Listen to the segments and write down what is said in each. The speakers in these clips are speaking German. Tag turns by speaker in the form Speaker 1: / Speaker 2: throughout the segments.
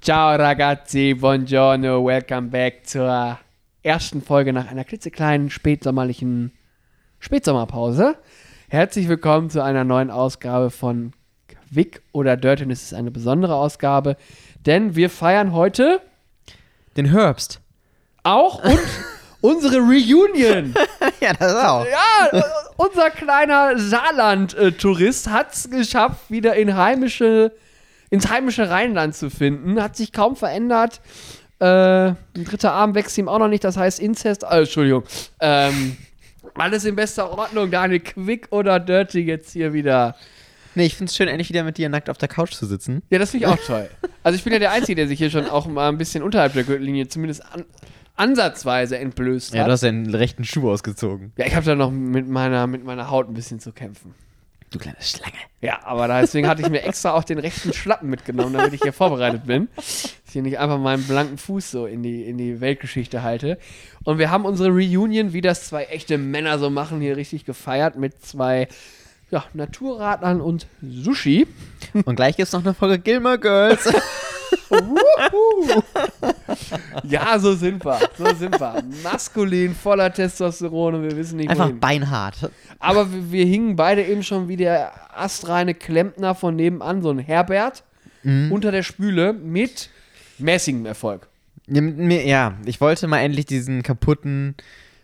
Speaker 1: Ciao ragazzi, buongiorno, welcome back zur ersten Folge nach einer klitzekleinen spätsommerlichen Spätsommerpause. Herzlich willkommen zu einer neuen Ausgabe von Quick oder Dirty. Und es ist eine besondere Ausgabe, denn wir feiern heute
Speaker 2: Den Herbst.
Speaker 1: auch und unsere Reunion.
Speaker 2: ja, das auch.
Speaker 1: Ja, äh, unser kleiner Saarland-Tourist hat es geschafft, wieder in heimische, ins heimische Rheinland zu finden. Hat sich kaum verändert. Äh, ein dritter Arm wächst ihm auch noch nicht, das heißt Inzest. Äh, Entschuldigung. Ähm, alles in bester Ordnung, Daniel. Quick oder dirty jetzt hier wieder.
Speaker 2: Nee, ich find's schön, endlich wieder mit dir nackt auf der Couch zu sitzen.
Speaker 1: Ja, das finde ich auch toll. Also ich bin ja der Einzige, der sich hier schon auch mal ein bisschen unterhalb der Gürtellinie zumindest an, ansatzweise entblößt hat.
Speaker 2: Ja, du hast deinen rechten Schuh ausgezogen.
Speaker 1: ja ich habe da noch mit meiner, mit meiner Haut ein bisschen zu kämpfen.
Speaker 2: Du kleine Schlange.
Speaker 1: Ja, aber deswegen hatte ich mir extra auch den rechten Schlappen mitgenommen, damit ich hier vorbereitet bin. Dass ich hier nicht einfach meinen blanken Fuß so in die, in die Weltgeschichte halte. Und wir haben unsere Reunion, wie das zwei echte Männer so machen, hier richtig gefeiert mit zwei ja, Naturradlern und Sushi.
Speaker 2: Und gleich gibt's noch eine Folge Gilmore Girls.
Speaker 1: Wuhu. ja, so sind wir. So sind wir. Maskulin, voller Testosteron und wir wissen nicht,
Speaker 2: Einfach
Speaker 1: wohin.
Speaker 2: beinhart.
Speaker 1: Aber wir, wir hingen beide eben schon wie der astreine Klempner von nebenan, so ein Herbert, unter der Spüle mit mäßigem Erfolg.
Speaker 2: Ja, mit mir- Ja, ich wollte mal endlich diesen kaputten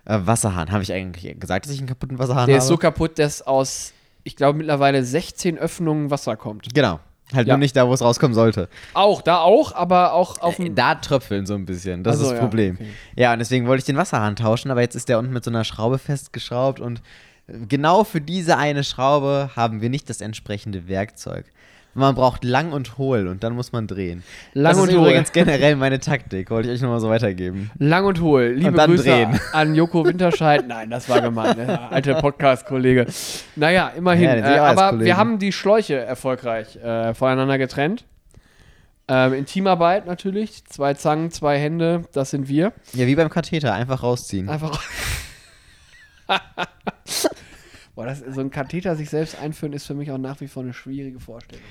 Speaker 2: äh, Wasserhahn. Habe ich eigentlich gesagt, dass ich einen kaputten Wasserhahn
Speaker 1: Der
Speaker 2: habe?
Speaker 1: ist so kaputt, dass aus, ich glaube, mittlerweile 16 Öffnungen Wasser kommt.
Speaker 2: genau. Halt
Speaker 1: Ja.
Speaker 2: nur nicht da, wo es rauskommen sollte.
Speaker 1: Auch, da auch, aber auch auf
Speaker 2: Äh,
Speaker 1: dem.
Speaker 2: Da tröpfeln so ein bisschen. Das
Speaker 1: Ach so,
Speaker 2: ist das
Speaker 1: ja,
Speaker 2: Problem.
Speaker 1: okay.
Speaker 2: Ja, und deswegen wollte ich den Wasserhahn tauschen, aber jetzt ist der unten mit so einer Schraube festgeschraubt und genau für diese eine Schraube haben wir nicht das entsprechende Werkzeug. Man braucht lang und hohl und dann muss man drehen.
Speaker 1: Lang
Speaker 2: das
Speaker 1: und
Speaker 2: ist
Speaker 1: hohl.
Speaker 2: übrigens generell meine Taktik, wollte ich euch nochmal so weitergeben.
Speaker 1: Lang und hohl. Liebe
Speaker 2: Und dann
Speaker 1: Grüße
Speaker 2: drehen.
Speaker 1: an Joko Winterscheid. Nein, das war gemein. Ne? Alter Podcast-Kollege. Naja, immerhin.
Speaker 2: Ja, den sehe
Speaker 1: äh,
Speaker 2: ich auch als
Speaker 1: aber
Speaker 2: Kollegen.
Speaker 1: wir haben die Schläuche erfolgreich äh, voneinander getrennt. Ähm, in Teamarbeit natürlich. Zwei Zangen, zwei Hände. Das sind wir.
Speaker 2: Ja, wie beim Katheter, einfach rausziehen.
Speaker 1: Einfach. Boah, das, so ein Katheter sich selbst einführen ist für mich auch nach wie vor eine schwierige Vorstellung.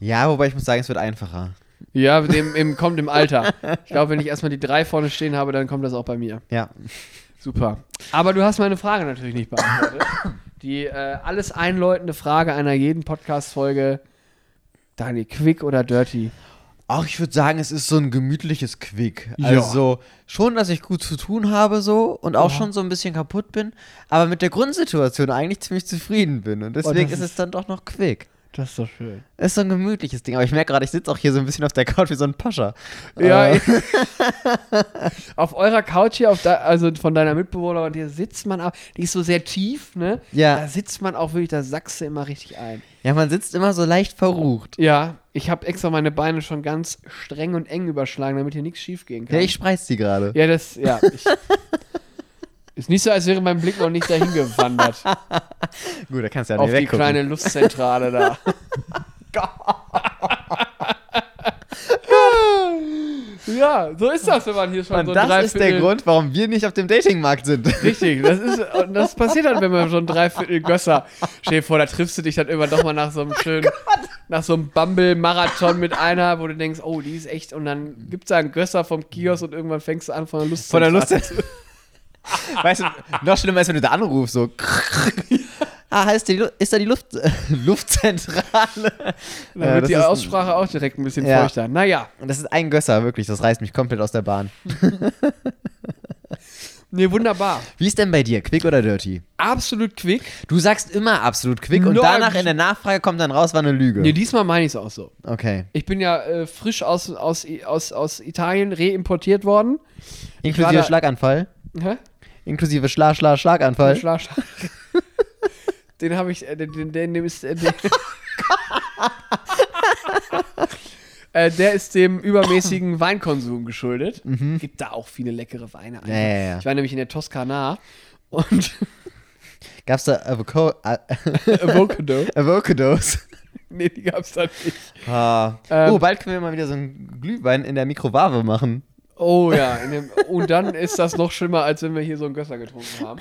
Speaker 2: Ja, wobei ich muss sagen, es wird einfacher.
Speaker 1: Ja, dem, im, kommt im Alter. Ich glaube, wenn ich erstmal die drei vorne stehen habe, dann kommt das auch bei mir.
Speaker 2: Ja.
Speaker 1: Super. Aber du hast meine Frage natürlich nicht beantwortet. Die äh, alles einläutende Frage einer jeden Podcast-Folge: Daniel, quick oder dirty?
Speaker 2: Auch ich würde sagen, es ist so ein gemütliches Quick.
Speaker 1: Ja.
Speaker 2: Also schon, dass ich gut zu tun habe so und auch
Speaker 1: Ja.
Speaker 2: schon so ein bisschen kaputt bin, aber mit der Grundsituation eigentlich ziemlich zufrieden bin und deswegen
Speaker 1: Oh, das
Speaker 2: ist es dann doch noch Quick.
Speaker 1: Das ist doch schön.
Speaker 2: Ist so ein gemütliches Ding, aber ich merke gerade, ich sitze auch hier so ein bisschen auf der Couch wie so ein Pascha.
Speaker 1: Ja,
Speaker 2: Äh,
Speaker 1: ich- auf eurer Couch hier, auf de also von deiner Mitbewohnerin, hier sitzt man auch, die ist so sehr tief, ne?
Speaker 2: Ja.
Speaker 1: Da sitzt man auch wirklich, da sachse immer richtig ein.
Speaker 2: ja, man sitzt immer so leicht verrucht.
Speaker 1: Ja, ich habe extra meine Beine schon ganz streng und eng überschlagen, damit hier nichts schief gehen kann.
Speaker 2: Ja, ich spreiz die gerade.
Speaker 1: Ja, das, ja. Ich, ist nicht so, als wäre mein Blick noch nicht dahin gewandert.
Speaker 2: Gut, da kannst du ja
Speaker 1: auf
Speaker 2: nicht
Speaker 1: die
Speaker 2: weggucken.
Speaker 1: kleine Lustzentrale da. ja, so ist das, wenn man hier schon
Speaker 2: und
Speaker 1: so ein
Speaker 2: das ist der
Speaker 1: Dreiviertel-
Speaker 2: Grund, warum wir nicht auf dem Datingmarkt sind.
Speaker 1: Richtig, das ist und das passiert dann, wenn man so ein Dreiviertel Gösser steht vor, da triffst du dich dann immer doch mal nach so einem
Speaker 2: Oh
Speaker 1: schönen, nach so einem Bumble-Marathon mit einer, wo du denkst, oh, die ist echt, und dann gibt's da einen Gösser vom Kiosk und irgendwann fängst du an von der Lust
Speaker 2: Von der
Speaker 1: zu
Speaker 2: Lust.
Speaker 1: fahren.
Speaker 2: weißt du, noch schlimmer ist, wenn du da anrufst, so. ah, ist, die, Lu- ist da die Luft, Luftzentrale?
Speaker 1: Dann
Speaker 2: Ja,
Speaker 1: wird
Speaker 2: das
Speaker 1: die
Speaker 2: ist-
Speaker 1: Aussprache auch direkt ein bisschen
Speaker 2: Ja.
Speaker 1: feuchter. Naja.
Speaker 2: Und das ist ein Gösser, wirklich, das reißt mich komplett aus der Bahn.
Speaker 1: Nee, wunderbar.
Speaker 2: Wie ist denn bei dir, quick oder dirty?
Speaker 1: Absolut quick.
Speaker 2: Du sagst immer absolut quick und
Speaker 1: Nein.
Speaker 2: danach in der Nachfrage kommt dann raus, war eine Lüge.
Speaker 1: Nee, diesmal meine ich es auch so.
Speaker 2: Okay.
Speaker 1: Ich bin ja äh, frisch aus, aus, aus, aus Italien reimportiert worden. war da-
Speaker 2: Inklusive Schlaganfall?
Speaker 1: Hä?
Speaker 2: Inklusive Schla, Schla, Schlaganfall?
Speaker 1: Schlag, schlag. den habe ich, äh, den, den, den, dem ist, äh, den, äh, der ist dem übermäßigen Weinkonsum geschuldet. Gibt da auch viele leckere Weine. Alter.
Speaker 2: Mhm. Ja, ja, ja.
Speaker 1: Ich war nämlich in der Toskana und
Speaker 2: Gab's da äh, Avoco A-
Speaker 1: Avocado.
Speaker 2: Avocados?
Speaker 1: nee, die gab es da nicht.
Speaker 2: Ah.
Speaker 1: Ähm.
Speaker 2: oh, bald können wir mal wieder so einen Glühwein in der Mikrowave machen.
Speaker 1: Oh ja, in dem, und dann ist das noch schlimmer, als wenn wir hier so einen Gösser getrunken haben.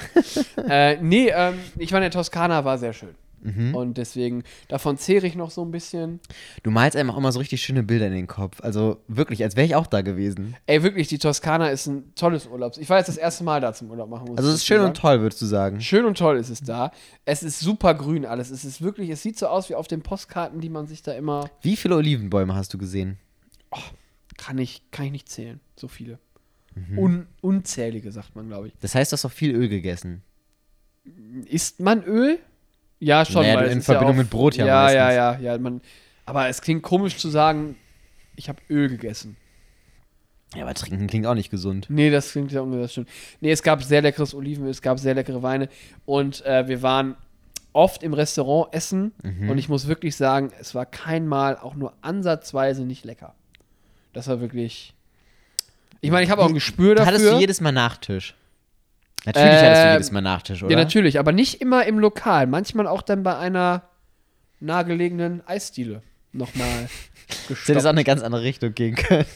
Speaker 1: äh, nee, ähm, ich war in der Toskana, war sehr schön.
Speaker 2: Mhm.
Speaker 1: Und deswegen, davon zehre ich noch so ein bisschen.
Speaker 2: Du malst einem auch immer so richtig schöne Bilder in den Kopf. Also wirklich, als wäre ich auch da gewesen.
Speaker 1: Ey, wirklich, die Toskana ist ein tolles Urlaubs. Ich war jetzt das erste Mal da zum Urlaub machen. Muss
Speaker 2: Also es
Speaker 1: ich
Speaker 2: ist schön
Speaker 1: sagen.
Speaker 2: und toll, würdest du sagen.
Speaker 1: Schön und toll ist es da. Es ist super grün alles. Es ist wirklich, es sieht so aus wie auf den Postkarten, die man sich da immer.
Speaker 2: Wie viele Olivenbäume hast du gesehen?
Speaker 1: Kann ich, kann ich nicht zählen. So viele.
Speaker 2: Mhm.
Speaker 1: Un, unzählige, sagt man, glaube ich.
Speaker 2: Das heißt, du hast auch viel Öl gegessen.
Speaker 1: Isst man Öl? Ja, schon.
Speaker 2: Naja, du-
Speaker 1: es
Speaker 2: in
Speaker 1: ist
Speaker 2: Verbindung
Speaker 1: auch-
Speaker 2: mit Brot ja
Speaker 1: Ja, ja, ja,
Speaker 2: meistens.
Speaker 1: ja. Man, aber es klingt komisch zu sagen, ich habe Öl gegessen.
Speaker 2: Ja, aber trinken klingt auch nicht gesund.
Speaker 1: Nee, das klingt ja ungesagt stimmt. Nee, es gab sehr leckeres Olivenöl, es gab sehr leckere Weine und äh, wir waren oft im Restaurant essen
Speaker 2: Mhm.
Speaker 1: und ich muss wirklich sagen, es war kein Mal auch nur ansatzweise nicht lecker. Das war wirklich. Ich meine, ich habe auch ein Gespür dafür.
Speaker 2: Hattest du jedes Mal Nachtisch? Natürlich hattest du
Speaker 1: Ähm,
Speaker 2: jedes Mal Nachtisch, oder?
Speaker 1: Ja, natürlich, aber nicht immer im Lokal. Manchmal auch dann bei einer nahegelegenen Eisdiele nochmal
Speaker 2: Das hätte es auch
Speaker 1: gestoppt.
Speaker 2: eine ganz andere Richtung gehen können.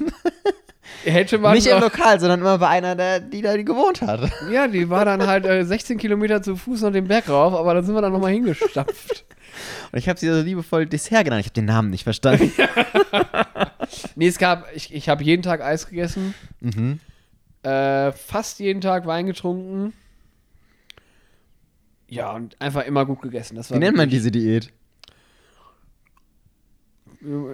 Speaker 1: Hätte man
Speaker 2: nicht
Speaker 1: auch-
Speaker 2: im Lokal, sondern immer bei einer, der, die da gewohnt hat.
Speaker 1: Ja, die war dann halt äh, 16 Kilometer zu Fuß noch den Berg rauf, aber dann sind wir dann nochmal hingestapft.
Speaker 2: Und ich habe sie so liebevoll Dessert genannt. Ich habe den Namen nicht verstanden.
Speaker 1: Nee, es gab, ich, ich habe jeden Tag Eis gegessen,
Speaker 2: mhm.
Speaker 1: äh, fast jeden Tag Wein getrunken. Ja, und einfach immer gut gegessen. Das war
Speaker 2: Wie nennt man diese Diät?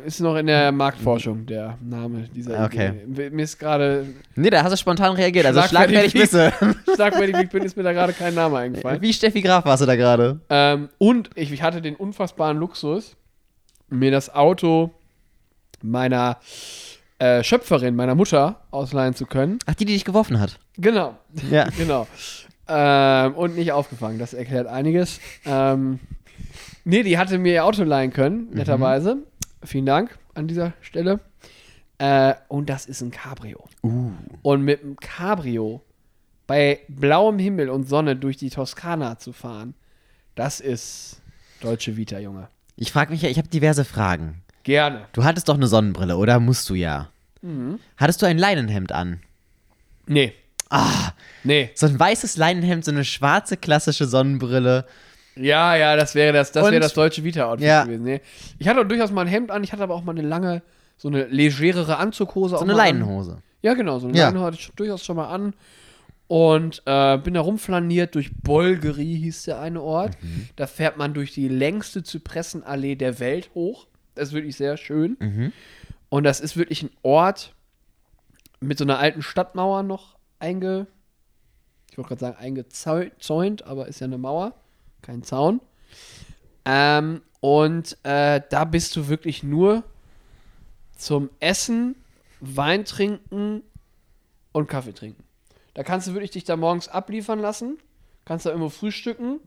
Speaker 1: Ist noch in der Marktforschung der Name dieser
Speaker 2: Okay.
Speaker 1: Idee. Mir ist gerade,
Speaker 2: Nee, da hast du spontan reagiert. Also
Speaker 1: Schlagfertig
Speaker 2: schlagfertig bist du.
Speaker 1: schlagfertig wie ich bin, ist mir da gerade kein Name eingefallen.
Speaker 2: Wie Steffi Graf warst du da gerade?
Speaker 1: Ähm, und ich, ich hatte den unfassbaren Luxus, mir das Auto meiner äh, Schöpferin, meiner Mutter, ausleihen zu können.
Speaker 2: Ach, die, die dich geworfen hat.
Speaker 1: Genau.
Speaker 2: Ja.
Speaker 1: genau. Ähm, und nicht aufgefangen, das erklärt einiges. Ähm, nee, die hatte mir ihr Auto leihen können,
Speaker 2: Mhm.
Speaker 1: netterweise. Vielen Dank an dieser Stelle. Äh, und das ist ein Cabrio.
Speaker 2: Uh.
Speaker 1: Und mit einem Cabrio bei blauem Himmel und Sonne durch die Toskana zu fahren, das ist deutsche Vita, Junge.
Speaker 2: Ich frage mich ja, ich habe diverse Fragen.
Speaker 1: Gerne.
Speaker 2: Du hattest doch eine Sonnenbrille, oder? Musst du ja. Hattest du ein Leinenhemd an?
Speaker 1: Nee.
Speaker 2: Ah,
Speaker 1: Nee.
Speaker 2: so ein weißes Leinenhemd, so eine schwarze klassische Sonnenbrille.
Speaker 1: Ja, ja, das wäre das, das
Speaker 2: Und-
Speaker 1: wäre das deutsche Vita-Outfit
Speaker 2: Ja.
Speaker 1: gewesen. Nee. Ich hatte auch durchaus mal ein Hemd an, ich hatte aber auch mal eine lange, so eine legerere Anzughose.
Speaker 2: So eine Leinenhose.
Speaker 1: Ja, genau, so eine
Speaker 2: Ja.
Speaker 1: Leinenhose hatte ich schon- durchaus schon mal an. Und äh, bin da rumflaniert durch Bolgeri, hieß der eine Ort. Da fährt man durch die längste Zypressenallee der Welt hoch. Das ist wirklich sehr schön. Und das ist wirklich ein Ort mit so einer alten Stadtmauer noch einge. Ich wollte gerade sagen, eingezäunt, aber ist ja eine Mauer, kein Zaun. Ähm, und äh, da bist du wirklich nur zum Essen, Wein trinken und Kaffee trinken. Da kannst du wirklich dich da morgens abliefern lassen, kannst da irgendwo frühstücken,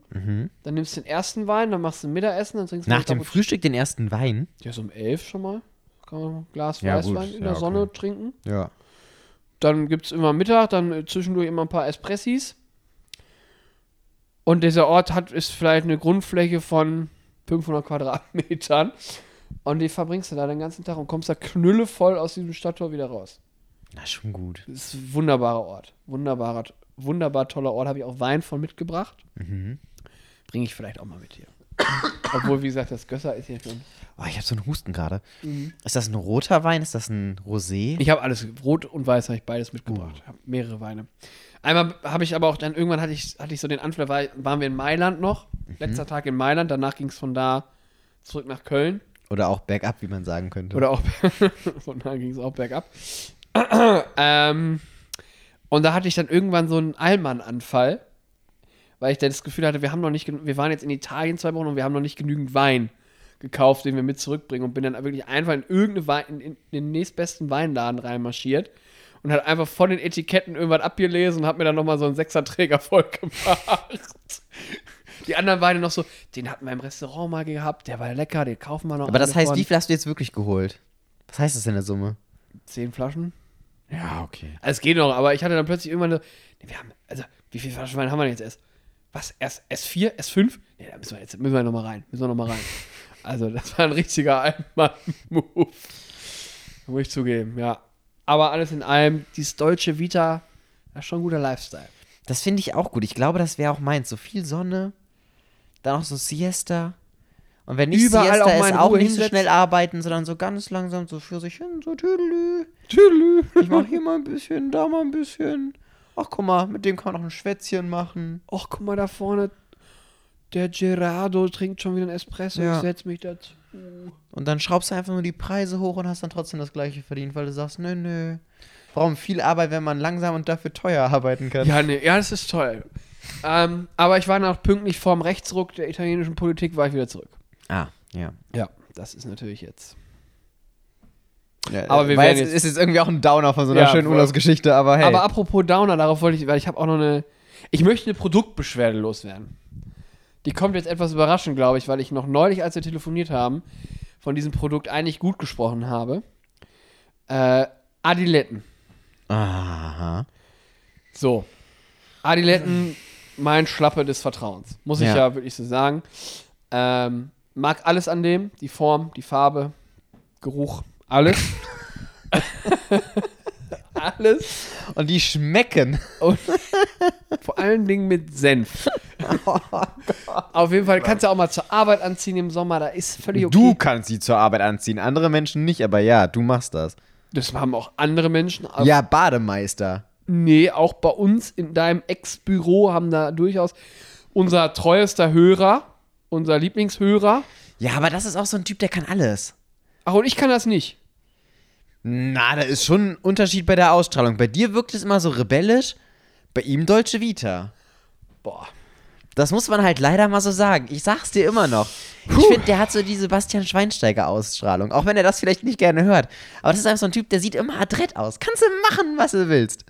Speaker 1: dann nimmst du den ersten Wein, dann machst du ein Mittagessen, dann trinkst du
Speaker 2: Mhm. Nach
Speaker 1: einen
Speaker 2: dem
Speaker 1: Cappuccino.
Speaker 2: Frühstück den ersten Wein?
Speaker 1: Ja, so um elf schon mal. Kann man ein Glas
Speaker 2: Ja, gut,
Speaker 1: Weißwein in
Speaker 2: ja,
Speaker 1: der Sonne
Speaker 2: okay.
Speaker 1: trinken.
Speaker 2: Ja.
Speaker 1: Dann gibt es immer Mittag, dann äh, zwischendurch immer ein paar Espressis. Und dieser Ort hat, ist vielleicht eine Grundfläche von 500 Quadratmetern. Und die verbringst du da den ganzen Tag und kommst da knüllevoll aus diesem Stadttor wieder raus.
Speaker 2: Na, schon gut.
Speaker 1: Das ist ein wunderbarer Ort. Wunderbarer, wunderbar toller Ort. Habe ich auch Wein von mitgebracht.
Speaker 2: Mhm.
Speaker 1: Bringe ich vielleicht auch mal mit hier. Obwohl, wie gesagt, das Gösser ist hier schon.
Speaker 2: Oh, ich habe so einen Husten gerade. Ist das ein roter Wein? Ist das ein Rosé?
Speaker 1: Ich habe alles, rot und weiß habe ich beides mitgebracht. Hab mehrere Weine. Einmal habe ich aber auch dann, irgendwann hatte ich, hatte ich so den Anflug, war, waren wir in Mailand noch. Letzter Tag in Mailand, danach ging es von da zurück nach Köln.
Speaker 2: Oder auch bergab, wie man sagen könnte.
Speaker 1: Oder auch, von da ging es auch bergab. ähm, und da hatte ich dann irgendwann so einen Allmann-Anfall, weil ich dann das Gefühl hatte, wir haben noch nicht, gen- wir waren jetzt in Italien zwei Wochen und wir haben noch nicht genügend Wein gekauft, den wir mit zurückbringen und bin dann wirklich einfach in irgendeinen Wein, in, in den nächstbesten Weinladen reinmarschiert und hat einfach von den Etiketten irgendwas abgelesen und hat mir dann nochmal so einen Sechserträger voll gemacht. Die anderen Weine noch so, den hatten wir im Restaurant mal gehabt, der war lecker, den kaufen wir noch.
Speaker 2: Aber das
Speaker 1: einen
Speaker 2: heißt,
Speaker 1: von.
Speaker 2: wie viel hast du jetzt wirklich geholt? Was heißt das in der Summe?
Speaker 1: Zehn Flaschen?
Speaker 2: Ja, okay.
Speaker 1: Also es geht noch, aber ich hatte dann plötzlich irgendwann so, nee, wir haben, also wie viele Flaschen Wein haben wir denn jetzt erst? Was, erst S4, S5? Nee, da müssen wir jetzt, müssen wir nochmal rein, müssen wir nochmal rein. Also das war ein richtiger Allmann-Move. Muss ich zugeben, ja. Aber alles in allem, dieses deutsche Vita, das ist schon ein guter Lifestyle.
Speaker 2: Das finde ich auch gut. Ich glaube, das wäre auch meins. So viel Sonne, dann auch so Siesta. Und wenn nicht
Speaker 1: Überall
Speaker 2: Siesta
Speaker 1: auch mal
Speaker 2: ist,
Speaker 1: in
Speaker 2: auch
Speaker 1: Ruhe
Speaker 2: nicht so
Speaker 1: hinsetzen.
Speaker 2: schnell arbeiten, sondern so ganz langsam so für sich hin, so tüdelü.
Speaker 1: Tüdelü.
Speaker 2: Ich mach hier mal ein bisschen, da mal ein bisschen. Ach, guck mal, mit dem kann man auch ein Schwätzchen machen.
Speaker 1: Och, guck mal da vorne. Der Gerardo trinkt schon wieder einen Espresso.
Speaker 2: Ja.
Speaker 1: Ich setz mich dazu.
Speaker 2: Und dann schraubst du einfach nur die Preise hoch und hast dann trotzdem das gleiche verdient, weil du sagst, nö, nö. Warum viel Arbeit, wenn man langsam und dafür teuer arbeiten kann?
Speaker 1: Ja, nee, ja, das ist toll. ähm, aber ich war noch pünktlich vorm Rechtsruck der italienischen Politik, war ich wieder zurück.
Speaker 2: Ah, ja.
Speaker 1: Ja, das ist natürlich jetzt.
Speaker 2: ja
Speaker 1: Aber wir
Speaker 2: weil
Speaker 1: werden
Speaker 2: es
Speaker 1: jetzt-
Speaker 2: ist jetzt irgendwie auch ein Downer von so einer
Speaker 1: Ja,
Speaker 2: schönen
Speaker 1: voll.
Speaker 2: Urlaubsgeschichte, aber hey.
Speaker 1: Aber apropos Downer, darauf wollte ich, weil ich habe auch noch eine. Ich möchte eine Produktbeschwerde loswerden. Die kommt jetzt etwas überraschend, glaube ich, weil ich noch neulich, als wir telefoniert haben, von diesem Produkt eigentlich gut gesprochen habe. Äh, Adiletten.
Speaker 2: Aha.
Speaker 1: So. Adiletten, mein Schlappe des Vertrauens. Muss ich
Speaker 2: Ja.
Speaker 1: ja, wirklich so sagen. Ähm, mag alles an dem. Die Form, die Farbe, Geruch, alles. alles.
Speaker 2: Und die schmecken.
Speaker 1: Und vor allen Dingen mit Senf.
Speaker 2: Oh
Speaker 1: Auf jeden Fall kannst du auch mal zur Arbeit anziehen im Sommer. Da ist völlig okay.
Speaker 2: Du kannst sie zur Arbeit anziehen, andere Menschen nicht, aber ja, du machst das.
Speaker 1: Das haben auch andere Menschen. aber
Speaker 2: Ja, Bademeister.
Speaker 1: Nee, auch bei uns in deinem Ex-Büro haben da durchaus unser treuester Hörer, unser Lieblingshörer.
Speaker 2: Ja, aber das ist auch so ein Typ, der kann alles.
Speaker 1: Ach, und ich kann das nicht.
Speaker 2: Na, da ist schon ein Unterschied bei der Ausstrahlung. Bei dir wirkt es immer so rebellisch, bei ihm Deutsche Vita.
Speaker 1: Boah.
Speaker 2: Das muss man halt leider mal so sagen. Ich sag's dir immer noch. Ich finde, der hat so die Sebastian Schweinsteiger-Ausstrahlung. Auch wenn er das vielleicht nicht gerne hört. Aber das ist einfach so ein Typ, der sieht immer adrett aus. Kannst du machen, was du willst.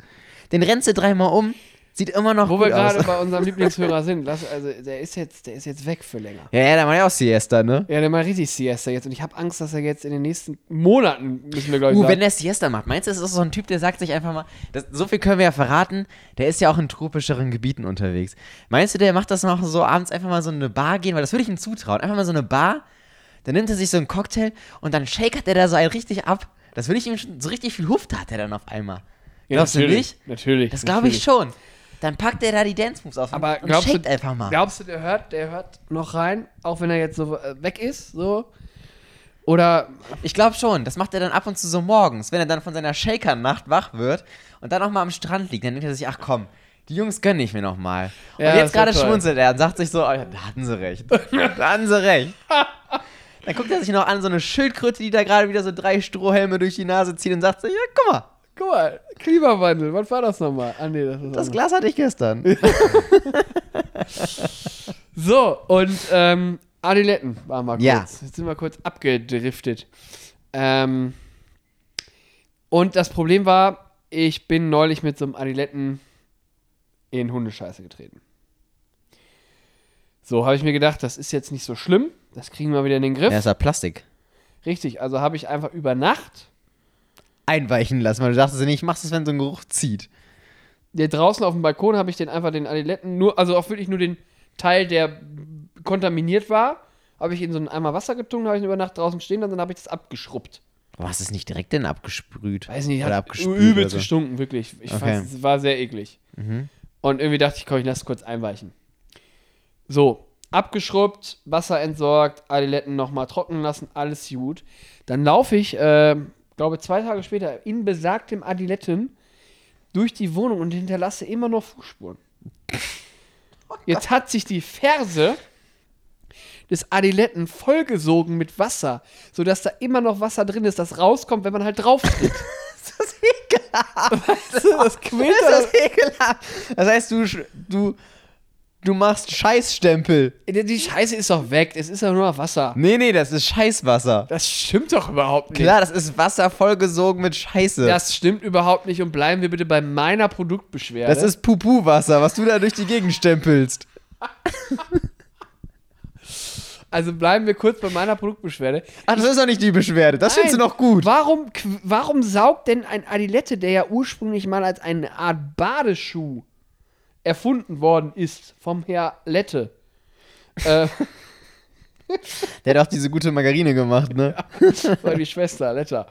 Speaker 2: Den rennst du dreimal um, sieht immer noch
Speaker 1: Wo
Speaker 2: gut
Speaker 1: wir gerade
Speaker 2: aus.
Speaker 1: bei unserem Lieblingshörer sind, lass, also der ist jetzt, der ist jetzt weg für länger.
Speaker 2: Ja, ja, da war ja auch Siesta, ne?
Speaker 1: Ja, der macht richtig Siesta jetzt und ich habe Angst, dass er jetzt in den nächsten Monaten, müssen wir glaube ich
Speaker 2: Uh, wenn
Speaker 1: sagen.
Speaker 2: der Siesta macht. Meinst du, das ist so ein Typ, der sagt sich einfach mal, das, so viel können wir ja verraten, der ist ja auch in tropischeren Gebieten unterwegs. Meinst du, der macht das noch so abends einfach mal so in eine Bar gehen, weil das würde ich ihm zutrauen. Einfach mal so eine Bar, dann nimmt er sich so einen Cocktail und dann shakert er da so einen richtig ab. Das will ich ihm schon, so richtig viel Hufte hat er dann auf einmal.
Speaker 1: Ja,
Speaker 2: glaubst du
Speaker 1: natürlich,
Speaker 2: nicht?
Speaker 1: Natürlich.
Speaker 2: Das glaube ich
Speaker 1: natürlich.
Speaker 2: schon. Dann packt er da die Dance Moves auf
Speaker 1: Aber
Speaker 2: und
Speaker 1: glaubst
Speaker 2: shakt
Speaker 1: du,
Speaker 2: einfach mal.
Speaker 1: Glaubst du, der hört, der hört noch rein, auch wenn er jetzt so äh, weg ist, so? Oder
Speaker 2: Ich glaube schon, das macht er dann ab und zu so morgens, wenn er dann von seiner Shaker-Nacht wach wird und dann nochmal am Strand liegt, dann denkt er sich, ach komm, die Jungs gönne ich mir nochmal.
Speaker 1: Ja,
Speaker 2: und jetzt
Speaker 1: das
Speaker 2: gerade
Speaker 1: wär toll.
Speaker 2: schmunzelt er und sagt sich so, oh, ja, da hatten sie recht, da hatten sie recht. Dann guckt er sich noch an, so eine Schildkröte, die da gerade wieder so drei Strohhelme durch die Nase zieht und sagt so, ja, guck mal,
Speaker 1: Guck mal, Klimawandel, was war das nochmal? Ah, nee, das ist
Speaker 2: das
Speaker 1: anders.
Speaker 2: Glas hatte ich gestern.
Speaker 1: So, und ähm, Adiletten waren wir kurz.
Speaker 2: Ja.
Speaker 1: Jetzt sind wir kurz abgedriftet. Ähm, und das Problem war, ich bin neulich mit so einem Adiletten in Hundescheiße getreten. So, habe ich mir gedacht, das ist jetzt nicht so schlimm. Das kriegen wir wieder in den Griff.
Speaker 2: Ja, ist ja Plastik.
Speaker 1: Richtig, also habe ich einfach über Nacht
Speaker 2: Einweichen lassen, weil du dachtest ja nicht, ich mach's das, wenn so ein Geruch zieht.
Speaker 1: Ja, draußen auf dem Balkon habe ich den einfach den Adiletten nur, also auch wirklich nur den Teil, der kontaminiert war, habe ich in so einen Eimer Wasser getunkt, habe ich ihn über Nacht draußen stehen lassen, dann habe ich das abgeschrubbt.
Speaker 2: Boah, hast du es nicht direkt denn abgesprüht?
Speaker 1: Weiß nicht,
Speaker 2: Oder
Speaker 1: hat
Speaker 2: abgespült
Speaker 1: übel
Speaker 2: oder
Speaker 1: zu
Speaker 2: so?
Speaker 1: stunken, wirklich. Ich
Speaker 2: Okay. Mhm.
Speaker 1: fand, es war sehr eklig. Und irgendwie dachte ich, komm, ich lasse es kurz einweichen. So, abgeschrubbt, Wasser entsorgt, Adiletten nochmal trocknen lassen, alles gut. Dann laufe ich, äh, glaube zwei Tage später, in besagtem Adiletten durch die Wohnung und hinterlasse immer noch Fußspuren. Jetzt hat sich die Ferse des Adiletten vollgesogen mit Wasser, sodass da immer noch Wasser drin ist, das rauskommt, wenn man halt drauf tritt.
Speaker 2: Ist das ekelhaft?
Speaker 1: Weißt du, das quillt
Speaker 2: Ist
Speaker 1: da-
Speaker 2: das ekelhaft? Das heißt, du, sch- du, du machst Scheißstempel.
Speaker 1: Die Scheiße ist doch weg, es ist ja nur noch Wasser.
Speaker 2: Nee, nee, das ist Scheißwasser.
Speaker 1: Das stimmt doch überhaupt nicht.
Speaker 2: Klar, das ist Wasser vollgesogen mit Scheiße. Das,
Speaker 1: Das stimmt überhaupt nicht und bleiben wir bitte bei meiner Produktbeschwerde.
Speaker 2: ist Pupu-Wasser, was du da durch die Gegend stempelst.
Speaker 1: also bleiben wir kurz bei meiner Produktbeschwerde.
Speaker 2: Ach, das ist doch nicht die Beschwerde. Das findest du
Speaker 1: Nein,
Speaker 2: noch gut.
Speaker 1: Warum, qu- warum saugt denn ein Adilette, der ja ursprünglich mal als eine Art Badeschuh erfunden worden ist, vom Herr Lette? äh,
Speaker 2: Der hat auch diese gute Margarine gemacht, ne?
Speaker 1: das war die Schwester, Letta.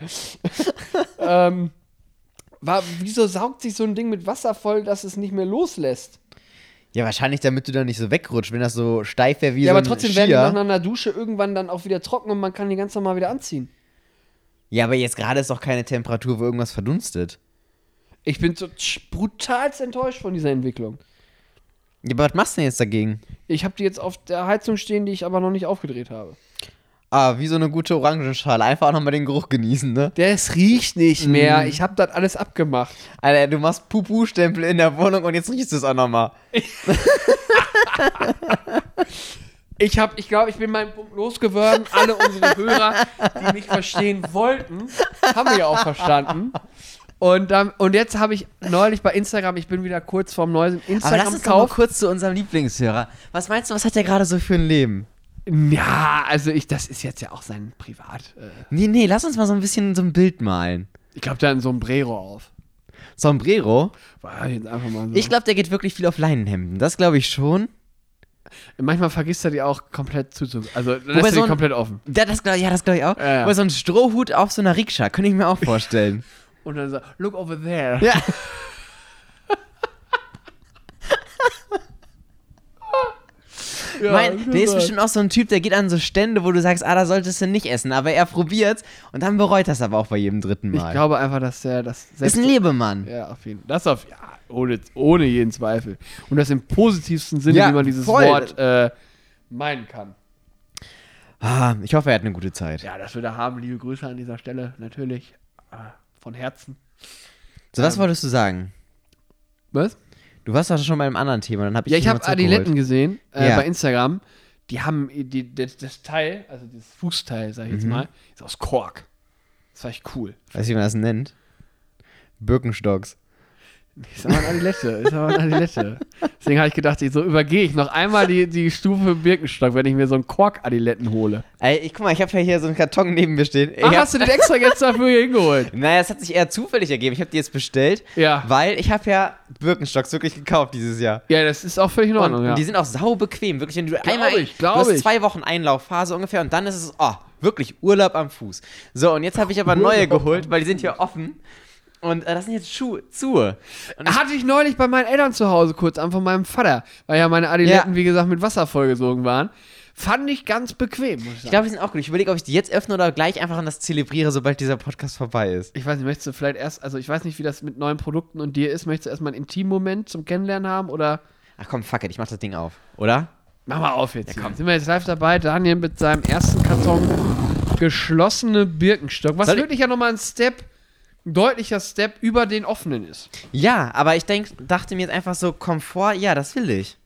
Speaker 1: ähm, war, wieso saugt sich so ein Ding mit Wasser voll, dass es nicht mehr loslässt?
Speaker 2: Ja, wahrscheinlich, damit du da nicht so wegrutscht, wenn das so steif wäre wie
Speaker 1: ja,
Speaker 2: so
Speaker 1: aber
Speaker 2: ein
Speaker 1: trotzdem
Speaker 2: Skier.
Speaker 1: werden die nach einer Dusche irgendwann dann auch wieder trocken und man kann die ganz normal wieder anziehen.
Speaker 2: Ja, aber jetzt gerade ist doch keine Temperatur, wo irgendwas verdunstet.
Speaker 1: Ich bin so tsch- brutalst enttäuscht von dieser Entwicklung.
Speaker 2: Ja, aber was machst du denn jetzt dagegen?
Speaker 1: Ich habe die jetzt auf der Heizung stehen, die ich aber noch nicht aufgedreht habe.
Speaker 2: Ah, wie so eine gute Orangenschale. Einfach auch nochmal den Geruch genießen, ne?
Speaker 1: Das riecht nicht mehr. Ich habe das alles abgemacht.
Speaker 2: Alter, du machst Pupu-Stempel in der Wohnung und jetzt riechst du es auch nochmal.
Speaker 1: Ich habe, ich glaube, ich bin meinen Punkt losgeworden. Alle unsere Hörer, die mich verstehen wollten, haben mich auch verstanden. Und, ähm, und jetzt habe ich neulich bei Instagram, ich bin wieder kurz vorm neuen
Speaker 2: Aber lass uns doch mal
Speaker 1: Instagram-Kauf.
Speaker 2: kurz zu unserem Lieblingshörer. Was meinst du, was hat der gerade so für ein Leben?
Speaker 1: Ja, also ich, das ist jetzt ja auch sein Privat. Äh,
Speaker 2: Nee, nee, lass uns mal so ein bisschen so ein Bild malen.
Speaker 1: ich glaube, da hat ein Sombrero auf.
Speaker 2: Sombrero?
Speaker 1: War jetzt einfach mal so.
Speaker 2: Ich glaube, der geht wirklich viel auf Leinenhemden. Das glaube ich schon.
Speaker 1: Manchmal vergisst er die auch komplett zu. Also dann
Speaker 2: Wobei
Speaker 1: lässt er
Speaker 2: so
Speaker 1: die
Speaker 2: ein-
Speaker 1: komplett offen.
Speaker 2: Ja, das glaube ich, ja, das glaub ich auch.
Speaker 1: Ja, ja.
Speaker 2: Aber so ein Strohhut auf so einer Rikscha, könnte ich mir auch vorstellen.
Speaker 1: Und dann so, look over there.
Speaker 2: ja.
Speaker 1: Ja,
Speaker 2: mein, der ist
Speaker 1: genau.
Speaker 2: bestimmt auch so ein Typ, der geht an so Stände, wo du sagst, ah, da solltest du nicht essen. Aber er probiert's und dann bereut das aber auch bei jedem dritten
Speaker 1: Ich
Speaker 2: Mal.
Speaker 1: glaube einfach, dass der das
Speaker 2: ist
Speaker 1: selbst.
Speaker 2: ein Lebemann.
Speaker 1: ja, auf jeden Fall. Das auf, ja, ohne, ohne jeden Zweifel. Und das im positivsten Sinne,
Speaker 2: Ja,
Speaker 1: wie man dieses
Speaker 2: voll.
Speaker 1: Wort äh, meinen kann.
Speaker 2: Ah, ich hoffe, er hat eine gute Zeit.
Speaker 1: Ja, das wir da haben. Liebe Grüße an dieser Stelle, natürlich. äh, Von Herzen.
Speaker 2: So, was wolltest du sagen?
Speaker 1: Was?
Speaker 2: Du warst doch schon bei einem anderen Thema, dann habe ich
Speaker 1: Ja, ich
Speaker 2: dich
Speaker 1: habe
Speaker 2: mal zurückgeholt.
Speaker 1: Adiletten gesehen äh,
Speaker 2: Ja.
Speaker 1: bei Instagram. Die haben i- die, das, das Teil, also dieses Fußteil, sag ich jetzt mal, ist aus Kork. Das war echt cool.
Speaker 2: Weißt du, wie man das nennt? Birkenstocks.
Speaker 1: Ist aber eine Adilette, ist aber eine Adilette. Deswegen habe ich gedacht, ich, so übergehe ich noch einmal die, die Stufe Birkenstock, wenn ich mir so einen Kork-Adiletten hole.
Speaker 2: Ey, ich, guck mal, ich habe ja hier so einen Karton neben mir stehen. Ich
Speaker 1: Ach,
Speaker 2: hab-
Speaker 1: hast du den extra jetzt dafür hier hingeholt?
Speaker 2: Naja, es hat sich eher zufällig ergeben. Ich habe die jetzt bestellt,
Speaker 1: Ja.
Speaker 2: weil ich habe ja Birkenstocks wirklich gekauft dieses Jahr.
Speaker 1: Ja, das ist auch völlig in Ordnung,
Speaker 2: und
Speaker 1: ja.
Speaker 2: die sind auch sau bequem, wirklich. Wenn du einmal,
Speaker 1: ich, glaub
Speaker 2: du
Speaker 1: ich.
Speaker 2: hast zwei Wochen Einlaufphase ungefähr und dann ist es, oh, wirklich Urlaub am Fuß. So, und jetzt habe ich aber neue
Speaker 1: Urlaub
Speaker 2: geholt, weil die sind hier offen. Und äh, das sind jetzt Schuhe, Schuhe. Und
Speaker 1: Hatte ich neulich bei meinen Eltern zu Hause kurz an von meinem Vater, weil ja meine Adiletten,
Speaker 2: Ja.
Speaker 1: wie gesagt, mit Wasser vollgesogen waren. Fand ich ganz bequem, muss ich
Speaker 2: ich
Speaker 1: sagen.
Speaker 2: glaube, die sind auch gut. Ich überlege, ob ich die jetzt öffne oder gleich einfach an das zelebriere, sobald dieser Podcast vorbei ist.
Speaker 1: Ich weiß nicht, möchtest du vielleicht erst, also ich weiß nicht, wie das mit neuen Produkten und dir ist. Möchtest du erstmal einen Intimmoment zum Kennenlernen haben oder
Speaker 2: Ach komm, fuck it, ich mach das Ding auf, oder?
Speaker 1: Mach mal auf jetzt. hier. Sind wir jetzt live dabei? Daniel mit seinem ersten Karton geschlossene Birkenstock. Was
Speaker 2: Soll ich-
Speaker 1: wirklich ja nochmal ein Step, ein deutlicher Step über den offenen ist.
Speaker 2: Ja, aber ich denk, dachte mir jetzt einfach so, Komfort, ja, das will ich.